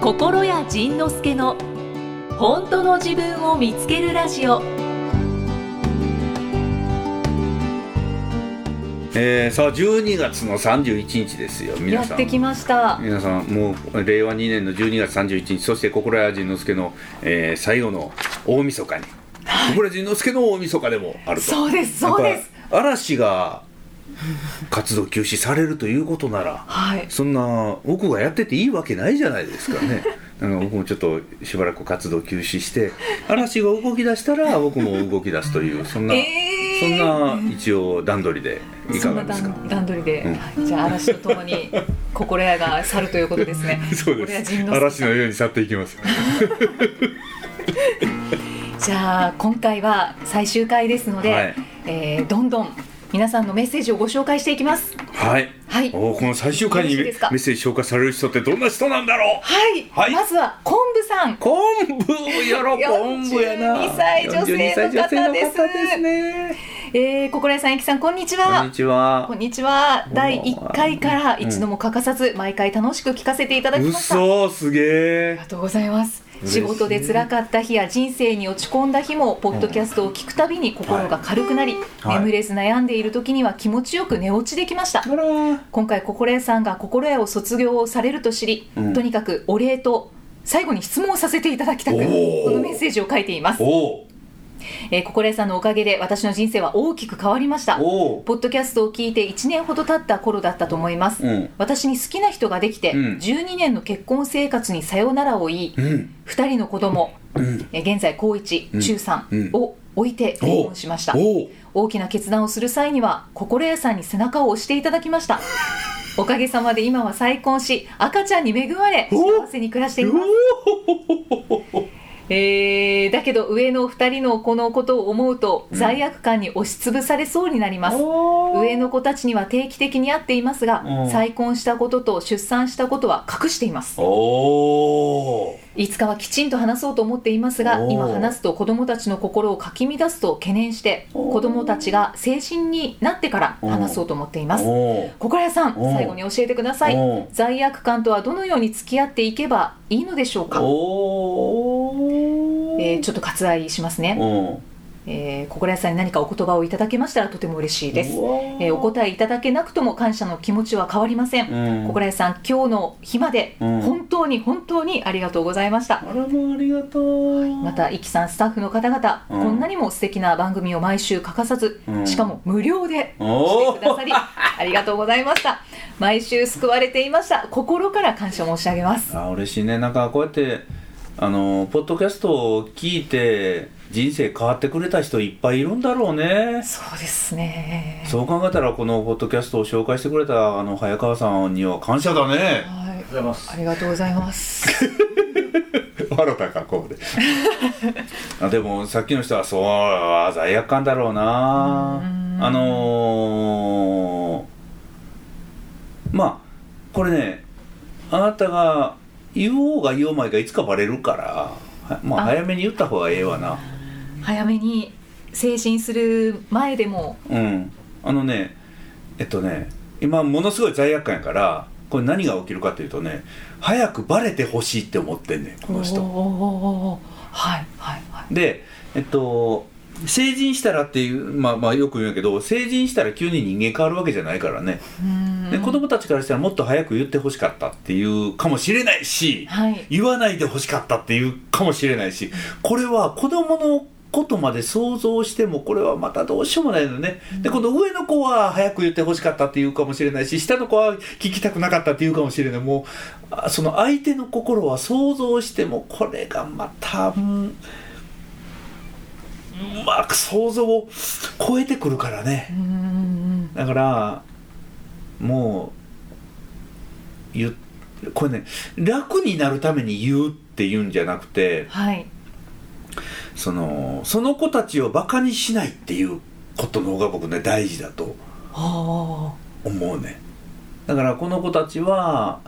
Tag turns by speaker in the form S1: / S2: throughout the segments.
S1: 心谷仁之助の本当の自分を見つけるラジオ
S2: えー、さあ12月の31日ですよ皆
S1: やっ
S2: さん
S1: てきました
S2: 皆さんもう令和2年の12月31日そして心谷仁之助の、えー最後の大晦日に心谷仁之助の大晦日でもあると
S1: そうですそうです
S2: やっぱ嵐が活動休止されるということなら
S1: はい
S2: そんな僕がやってていいわけないじゃないですか ねあの僕もちょっとしばらく活動休止して嵐が動き出したら僕も動き出すというそんな、
S1: えー
S2: そんな一応段取りでいかがですか
S1: そんな段段取りで、
S2: うん
S1: はいじゃあ嵐とともに心屋が去るということですね
S2: そう
S1: 心
S2: で
S1: 屋
S2: す
S1: 仁之助
S2: 嵐のように去っていきます
S1: じゃあ今回は最終回ですので、
S2: はい
S1: えーどんどん皆さんのメッセージをご紹介していきます
S2: はい、
S1: はい
S2: おーこの最終回に
S1: よろしいで
S2: メッ
S1: すか
S2: セージ消化される人ってどんな人なんだろ う
S1: はい、
S2: はい
S1: まずは昆布さん
S2: 昆布よろ昆布やな
S1: 42歳女性の
S2: 42歳女性の
S1: 方
S2: 方
S1: で
S2: ですすね
S1: えー、心屋さん、ゆきさん、こんにち
S2: こん
S1: は
S2: に。ちは
S1: こんにちは。第一回から
S2: うん
S1: 一度も欠かさず、毎回楽しく聞かせていただきました。あ
S2: 嘘すげ
S1: り
S2: え
S1: がとうございます。
S2: 嬉し
S1: 仕
S2: い
S1: 事で辛かった日や人生に落ち込んだ日もポッドキャストを聞くたびに心が軽くなり、
S2: はい
S1: 眠れず悩んでいる時には気持ちよく寝落ちできました
S2: あら
S1: 今回心屋さんが心屋を卒業されると知り、
S2: うん
S1: とにかくお礼と最後に質問をさせていただきたく
S2: お
S1: こ
S2: ー
S1: のメッセージを書いています、
S2: おう
S1: えー、心屋さんのおかげで私の人生は大きく変わりました
S2: おう
S1: ポッドキャストを聞いて1年ほど経った頃だったと思います、
S2: うん
S1: 私に好きな人ができて、
S2: うん
S1: 12年の結婚生活にさよならを言い、
S2: うん
S1: 2人の子供
S2: うん
S1: え現在高1、
S2: うん
S1: 中3、
S2: うん
S1: を置いて離婚しました
S2: おう
S1: 大きな決断をする際には心屋さんに背中を押していただきま したおかげさまで今は再婚し赤ちゃんに恵まれ
S2: お
S1: 幸せに暮らしています
S2: おう
S1: えーだけど上のお二人のこのことを思うと
S2: ん
S1: 罪悪感に押しつぶされそうになります、上の子たちには定期的に会っていますが、
S2: うん
S1: 再婚したことと出産したことは隠しています
S2: おお
S1: いつかはきちんと話そうと思っていますが
S2: おー
S1: 今話すと子どもたちの心をかき乱すと懸念して
S2: おー
S1: 子どもたちが成人になってから話そうと思っています
S2: おう
S1: 心屋さん
S2: おー
S1: 最後に教えてください
S2: おう
S1: 罪悪感とはどのように付き合っていけばいいのでしょうか、
S2: お
S1: えーちょっと割愛しますね、
S2: お
S1: えー、心屋さんに何かお言葉をいただけましたらとても嬉しいです、えーお
S2: え
S1: 答えいただけなくとも感謝の気持ちは変わりません
S2: こ
S1: 心屋さん今日の日まで
S2: うん
S1: 本当に本当にありがとうございました
S2: あらもありがとう
S1: またイキさんスタッフの方々、
S2: うん
S1: こんなにも素敵な番組を毎週欠かさず、
S2: うん
S1: しかも無料で
S2: お
S1: し
S2: お
S1: てくださりありがとうございました毎週救われていました心から感謝申し上げます
S2: あ嬉しいねなんかこうやってあのポッドキャストを聞いて人生変わってくれた人いっぱいいるんだろうね
S1: そうですね
S2: そう考えたらこのポッドキャストを紹介してくれたあの早川さんには感謝だね
S1: はい
S2: ありがとうございま
S1: ありがとうございます
S2: 笑ったか ここであでもさっきの人はそうは罪悪感だろうな
S1: うん
S2: あのーまあこれねあなたが言おうが言おうまいがいつかバレるからはまあ
S1: あ
S2: 早めに言った方がええわな
S1: 早めに成人する前でも
S2: うんあのねえっとね今ものすごい罪悪感やからこれ何が起きるかというとね早くバレてほしいって思ってんねんこの
S1: おー
S2: 人
S1: おーおーはいはいはい
S2: で、えっと、成人したらっていう、まあ、まあよく言うんやけど成人したら急に人間変わるわけじゃないからね、
S1: うー
S2: で
S1: ん
S2: 子供たちからしたらもっと早く言ってほしかったっていうかもしれないし
S1: はい
S2: 言わないでほしかったっていうかもしれないしこれは子供のことまで想像してもこれはまたどうしようもないのね、でこの上の子は早く言ってほしかったっていうかもしれないし下の子は聞きたくなかったっていうかもしれないもうあその相手の心は想像してもこれがまた、うん、うまく想像を超えてくるからね。
S1: うーん
S2: だからもう言っこれね楽になるために言うっていうんじゃなくて
S1: はい
S2: そのその子たちをバカにしないっていうことの方が僕ね大事だと
S1: おー
S2: 思うねだからこの子たちは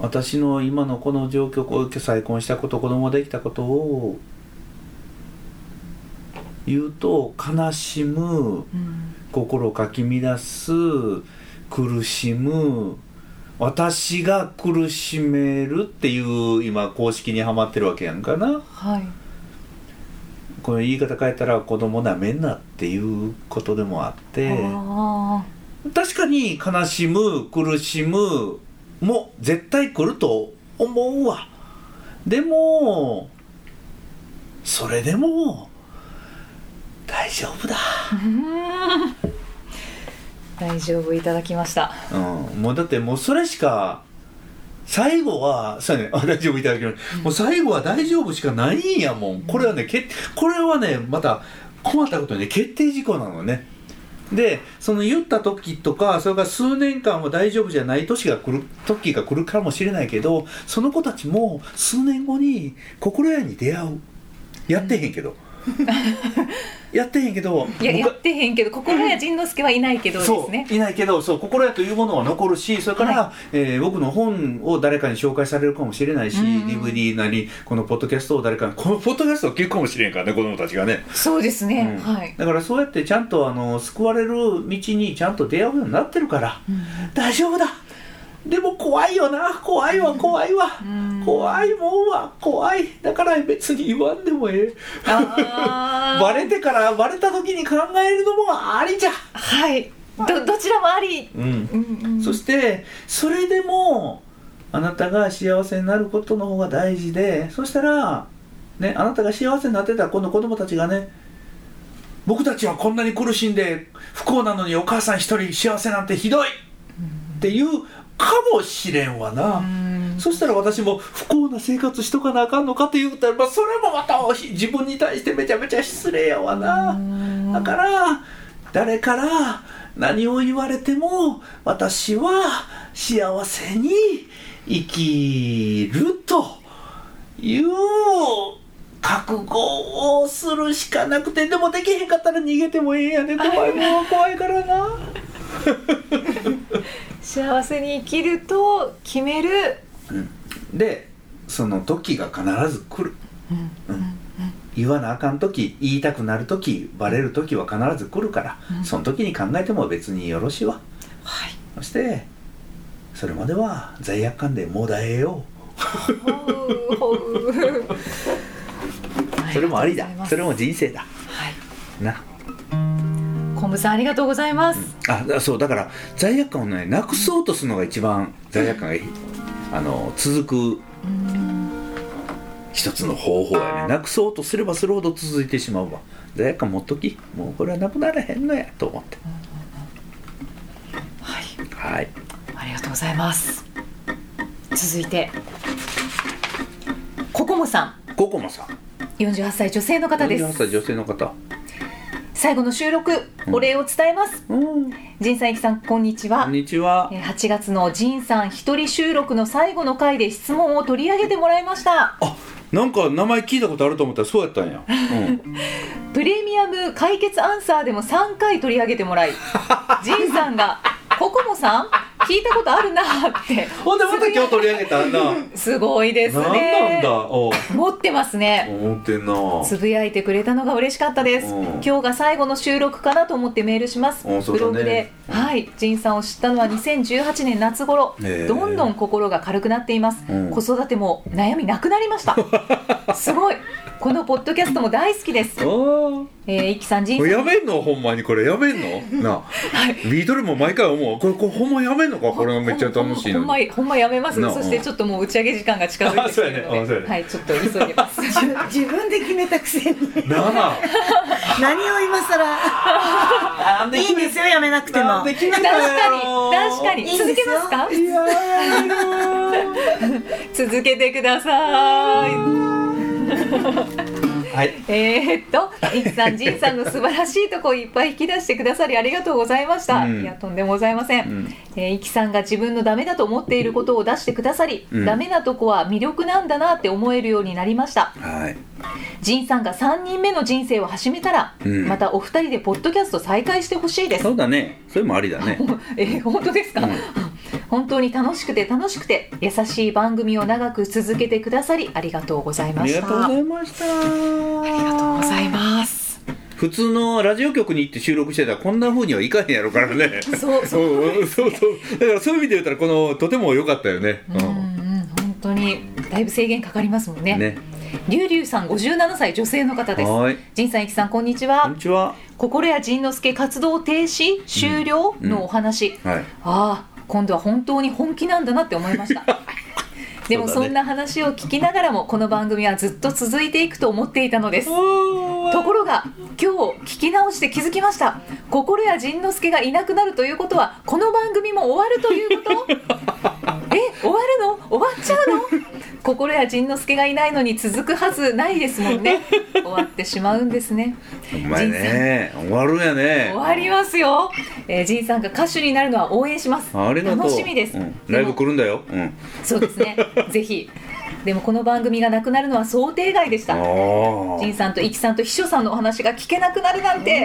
S2: 私の今のこの状況こう再婚したこと子供できたことを言うと悲しむ
S1: うん
S2: 心をかき乱す苦しむ私が苦しめるっていう今公式にはまってるわけやんかな
S1: はい
S2: この言い方変えたら子供なめんなっていうことでもあって
S1: あ
S2: 確かに悲しむ苦しむも絶対来ると思うわでもそれでも大丈夫だ、
S1: あうーん 大丈夫いただきました
S2: うん、もうだってもうそれしか最後はそうやねあ大丈夫いただきますもう最後は大丈夫しかないんやもんこれはね決これはねまた困ったことにね決定事項なのねでその言った時とかそれから数年間は大丈夫じゃない年が来る時が来るかもしれないけどその子たちも数年後に心屋に出会うやってへん けど、やってへんけど
S1: いや
S2: 僕
S1: やってへんけど心谷仁之助はいないけどです
S2: そう
S1: ね
S2: いないけどそう心得というものは残るしそれから、えー僕の本を誰かに紹介されるかもしれないし、
S1: うん
S2: DVD なりこのポッドキャストを誰かにこのポッドキャストを聞くかもしれんからね子供たちがね、
S1: そうですね、
S2: うん
S1: はい、
S2: だからそうやってちゃんとあの救われる道にちゃんと出会うようになってるから大丈夫だでも怖いよな怖いわ怖いわ、
S1: うん
S2: 怖いもんは怖いだから別に言わんでもええ
S1: あー
S2: バレてからバレた時に考えるのもありじゃ
S1: はいどどちらもあり、
S2: うん
S1: うんうん
S2: そしてそれでもあなたが幸せになることの方が大事でそしたら、ね、あなたが幸せになってたらこの子供たちがね僕たちはこんなに苦しんで不幸なのにお母さん一人幸せなんてひどいっていうかもしれんわ
S1: う
S2: な、
S1: ん
S2: そしたら私も不幸な生活しとかなあかんのかって言うたら、まあ、それもまた自分に対してめちゃめちゃ失礼やわな、
S1: うん
S2: だから誰から何を言われても私は幸せに生きるという覚悟をするしかなくてでもできへんかったら逃げてもええんやで怖いもんは怖いからな
S1: 幸せに生きると決める、
S2: でその時が必ず来る
S1: うんうん
S2: 言わなあかん時言いたくなる時バレる時は必ず来るから、
S1: うん
S2: その時に考えても別によろしいわ
S1: はい
S2: そしてそれまでは罪悪感でもだえよ
S1: ほうほう
S2: うそれもありだ
S1: ありがとうございます
S2: それも人生だ
S1: はい
S2: な
S1: 昆布さんありがとうございます、
S2: あだそうだから罪悪感をねなくそうとするのが一番罪悪感がいいあの続く
S1: うん
S2: 一つの方法やねなくそうとすればするほど続いてしまうわ罪悪感持っときもうこれはなくならへんのやと思って
S1: はい
S2: はい
S1: ありがとうございます続いてココモさ
S2: ココマさん
S1: ん48歳女性の方で
S2: 48
S1: す
S2: 歳女性の方
S1: 最後の収録
S2: うん
S1: お礼を伝えます、
S2: うん
S1: ジンさんイキさんこんにち
S2: こ
S1: は
S2: んにちは
S1: えー8月のジンさん一人収録の最後の回で質問を取り上げてもらいました
S2: あなんか名前聞いたことあると思ったらそうやったんや、うん、
S1: プレミアム解決アンサーでも3回取り上げても らいジンさんが「ココモさん聞いたことあるな」って
S2: ほんでまた今日取り上げたんな
S1: すごい です
S2: なんなん
S1: ね
S2: だおう
S1: 持ってますね
S2: 思ってんな
S1: つぶやいてくれたのが嬉しかったです
S2: うん
S1: 今日が最後の収録かなと思ってメールします、
S2: うんそ
S1: ブ
S2: うだね
S1: ログで、
S2: うん
S1: はいジンさんを知ったのは2018年夏頃
S2: へえ
S1: どんどん心が軽くなっています、
S2: うん
S1: 子育ても悩みなくなりました すごいこのポッドキャストも大好きです、
S2: お
S1: えー、一輝さんジンさん
S2: やめんのほんまにこれやめんのなあ、ビートルも毎回思うこれこれほんまやめんのかこれめっちゃ楽しいの
S1: ほんま
S2: に
S1: ほんまやめます
S2: なあ
S1: そしてちょっともう打ち上げ時間が近づいてきてる
S2: あそうやねあそう
S1: の
S2: や
S1: で
S2: ね
S1: はいちょっと急いで ます
S3: 自分で決めたくせに
S2: なあ
S3: 何を今さ
S2: な
S3: ら
S2: ん
S3: いいんですよやめなくても
S2: でき
S1: 確
S2: ないんだ
S1: かに
S2: よ
S1: 確か
S3: い
S1: に
S3: いんです
S1: 続
S3: よ
S1: けますか
S2: いやーやめ
S1: 続けてください
S2: ろはい
S1: えー、っとイキさんジンさんの素晴らしいとこをいっぱい引き出してくださりありがとうございました、
S2: うん
S1: いやとんでもございません、
S2: うん
S1: えー、イキさんが自分のダメだと思っていることを出してくださり、
S2: うん
S1: ダメなとこは魅力なんだなって思えるようになりました
S2: はい
S1: ジンさんが3人目の人生を始めたら、
S2: うん
S1: またお二人でポッドキャスト再開してほしいです
S2: そ。うだねそれもありだね
S1: えー本当ですか、
S2: うん
S1: 本当に楽しくて楽しくて優しい番組を長く続けてくださりありがとうござい
S2: あ
S1: ま
S2: り
S1: し
S2: が
S1: た
S2: とうございました
S1: ありがとうございます
S2: 普通のラジオ局に行って収録してたらこんな風にはいかへんやろからね
S1: そうそうん
S2: んそうそうだからそういう意味で言ったらこのとても良かったよね、
S1: うんうん本当にだいぶ制限かかりますもんね
S2: ね
S1: りゅうりゅうさん57歳女性の方です
S2: はーい
S1: 仁さんいきさんこんにち
S2: こん
S1: は
S2: にちは
S1: 心谷仁之助活動停止終了
S2: うん
S1: のお話、
S2: はい
S1: ああ今度は本当に本気なんだなって思いました でも
S2: そうだ
S1: そ
S2: ね
S1: んな話を聞きながらもこの番組はずっと続いていくと思っていたのですところが今日聞き直して気づきました心谷仁之助がいなくなるということはこの番組も終わるということえ終わる の終わっちゃうの心谷仁之助がいないのに続くはずないですもんね終わってしまうんですね
S2: お前ね終わるやね
S1: 終わりますよ、えー、ジンさんが歌手になるのは応援します
S2: ありがとう
S1: 楽しみです、
S2: うんライブ来るんだよ、うん、
S1: そうです ねぜひでもこの番組がなくなるのは想定外でし
S2: あ
S1: たジンさんとイキさんと秘書さんのお話が聞けなくなるなんて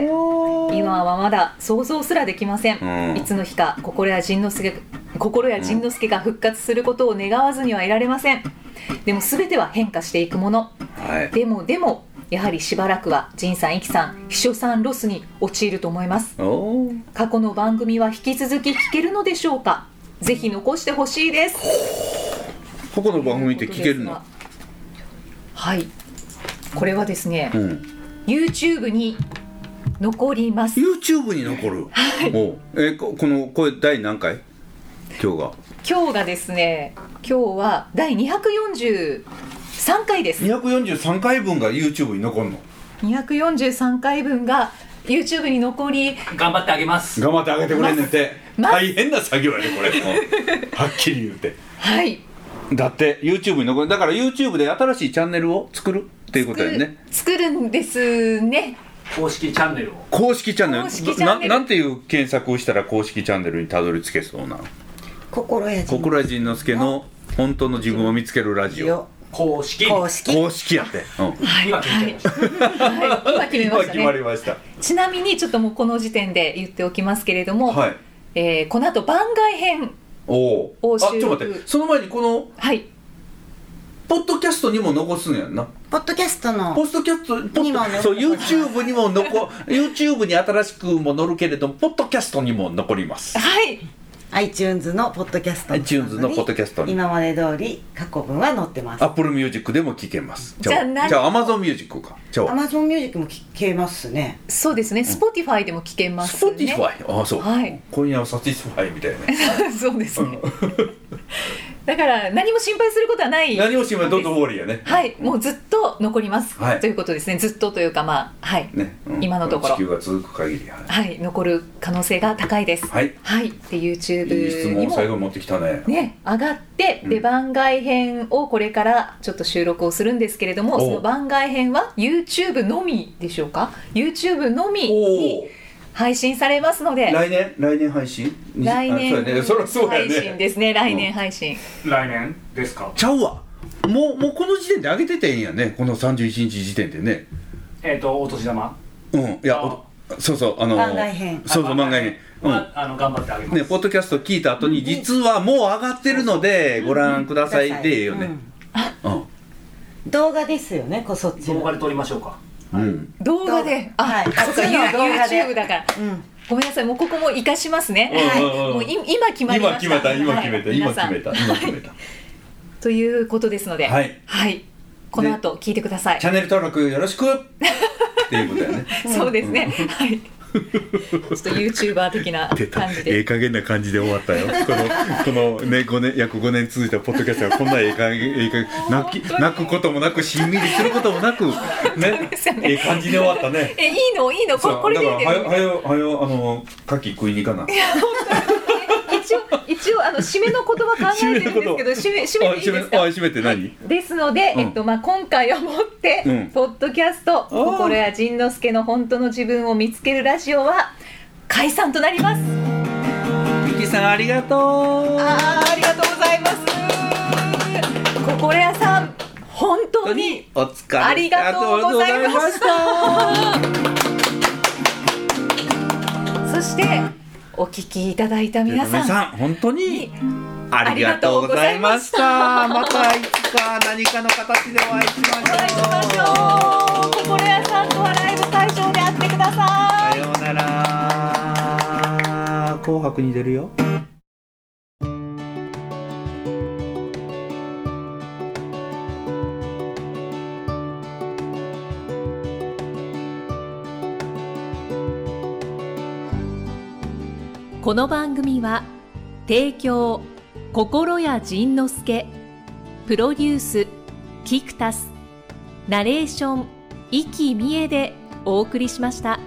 S1: 今はまだ想像すらできません、
S2: うん
S1: いつの日か心谷仁之助心谷仁之助が復活することを願わずにはいられませんでも全ては変化していくもの
S2: あはい
S1: でもでもやはりしばらくは仁さんイキさん秘書さんロスに陥ると思います
S2: おー
S1: 過去の番組は引き続き聞けるのでしょうかぜひ残してほしいです
S2: ここの番組って聞けるの
S1: はいこれはですね、
S2: うん、
S1: YouTube に残ります
S2: YouTube に残る、おうえここのこれ第何回今日が
S1: 今日がですね今日は第243回です
S2: 243回分が YouTube に残るの
S1: 243回分が YouTube に残り
S4: 頑張ってあげます
S2: 頑張ってあげてくれんねんて
S1: ま
S2: 大変な作業やねこれうん はっきり言うて
S1: はい
S2: だって YouTube に残るだから YouTube で新しいチャンネルを作るっていうことやね
S1: 作るんですね
S4: 公式チャンネルを
S2: 公式チャンネル
S1: 公式チャンネル
S2: ななんていう検索をしたら公式チャンネルにたどり着けそうなの
S3: 心やじ
S2: 心谷仁之助の本当の自分を見つけるラジオ
S3: よ
S4: 公式
S3: 公式
S2: 公式やって、うん、
S4: 今決めちゃいました
S1: はい今決めましたね
S2: ました
S1: ちなみにちょっともうこの時点で言っておきますけれども、
S2: はい
S1: えーこの後番外編
S2: おお
S1: お
S2: あ
S1: ー
S2: ちょ
S1: 収
S2: っ
S1: 録
S2: と待ってその前にこの
S1: はい
S2: ポッドキャストにも残すんやんな
S3: ポッドキャスト
S2: ポ
S3: の
S2: ッドキャストポ
S3: にも
S2: ッ
S3: 残
S2: ド
S3: す
S2: そう YouTube にも残 YouTube に新しくも載るけれどもポッドキャストにも残ります
S1: はい、
S3: iTunes のポッドキャスト
S2: iTunes のポッドキャストに
S3: 今まで通り過去分は載ってます
S2: Apple Music でも聴けます
S1: じゃあ何
S2: じゃあ Amazon Music かじゃあ
S3: Amazon Music も聞けますね
S1: そうですね、Spotify でも聞けますね。
S2: Spotify ああそう、
S1: はい
S2: 今夜はサティスファイみたい な
S1: そうです ね。だから何も心配することはない。
S2: 何をしてもドットウォーリーやね
S1: はい、もうずっと残ります、
S2: はい
S1: ということですね。ずっとというかまあはい、
S2: ね、うん
S1: 今のところ
S2: 地球が続く限りは
S1: はい残る可能性が高いです。
S2: はい
S1: で
S2: いい質
S1: YouTube に
S2: 問を
S1: も
S2: 最後に持ってきたね
S1: ね上がって、
S2: うん
S1: で番外編をこれからちょっと収録をするんですけれども、
S2: お
S1: その番外編は YouTube のみでしょうか？YouTube のみ
S2: お
S1: に
S2: お
S1: 配信されますので。
S2: 来年来年配信に
S1: 来
S2: あそうやね
S1: 年
S2: そりゃそうや
S1: 配
S2: ね
S1: 信ですね来年配信、
S4: 来年ですか
S2: ちゃうわもうもうこの時点で上げてていいんやねこの31日時点でね
S4: えっ、とお年玉
S2: うんいや
S4: あ
S2: おそうそうあの
S3: 番外編
S2: そうそう
S4: あ
S2: 番外編うん
S4: ああの頑張ってあげます、
S2: ねポッドキャスト聞いた後に実はもう上がってるのでご覧くださいでええよねうん
S3: うん動画ですよねこそっち
S4: 動画
S3: の
S4: で撮りましょうか
S2: うん
S1: 動画であ、
S3: はい
S1: そっか
S3: あそういうの動画で
S1: YouTube だから
S3: うん
S1: ごめんなさいもうここも生かしますね、
S2: うんうんうん
S1: もうい今決まりましたはい皆さん
S2: 今決めた
S1: ということですのでは
S2: はい
S1: この後聞いてください
S2: チャンネル登録よろしくっていうことやね
S1: そうですね、はいちょっと YouTuber 的 な
S2: 出た
S1: 感じ
S2: ええ
S1: で
S2: 加減な感じで終わったよこのこのね五年約5年続いたポッドキャストがこんなええ加減ええ加減泣き泣くこともなくしんみりすることも なくね
S1: ですよね
S2: ええ感じで終わったね
S1: えいいのいいのこれこれでいいです
S2: はよはよはよあの牡蠣食いに行かな
S1: 一応一応あの締めの言 葉考えてるんですけど 締め締めていいですか
S2: あ閉めて何
S1: ですので、
S2: うん
S1: えっとまあ、今回をもって、
S2: うん
S1: ポッドキャスト「心や仁之助の本当の自分を見つけるラジオは」解散となります
S2: ミキさんありがとう
S1: あーありがとうございます心屋さん本当に
S2: お疲れ
S1: ありがとうございました
S2: ありがとうございました
S1: そしてお聞きいただいた皆さ
S2: 皆
S1: ん
S2: さん本当に
S1: に
S2: ありがとうございましたまたいつか何かの形でお会いしま
S1: お会いしまし
S2: しょ
S1: ょう
S2: う
S1: 心屋さんとはライブ会場で会ってくださ
S2: さようなら紅白に出るよ
S1: いこの番組は提供心屋仁之助プロデュースキクタスナレーション生きみえでお送りしました。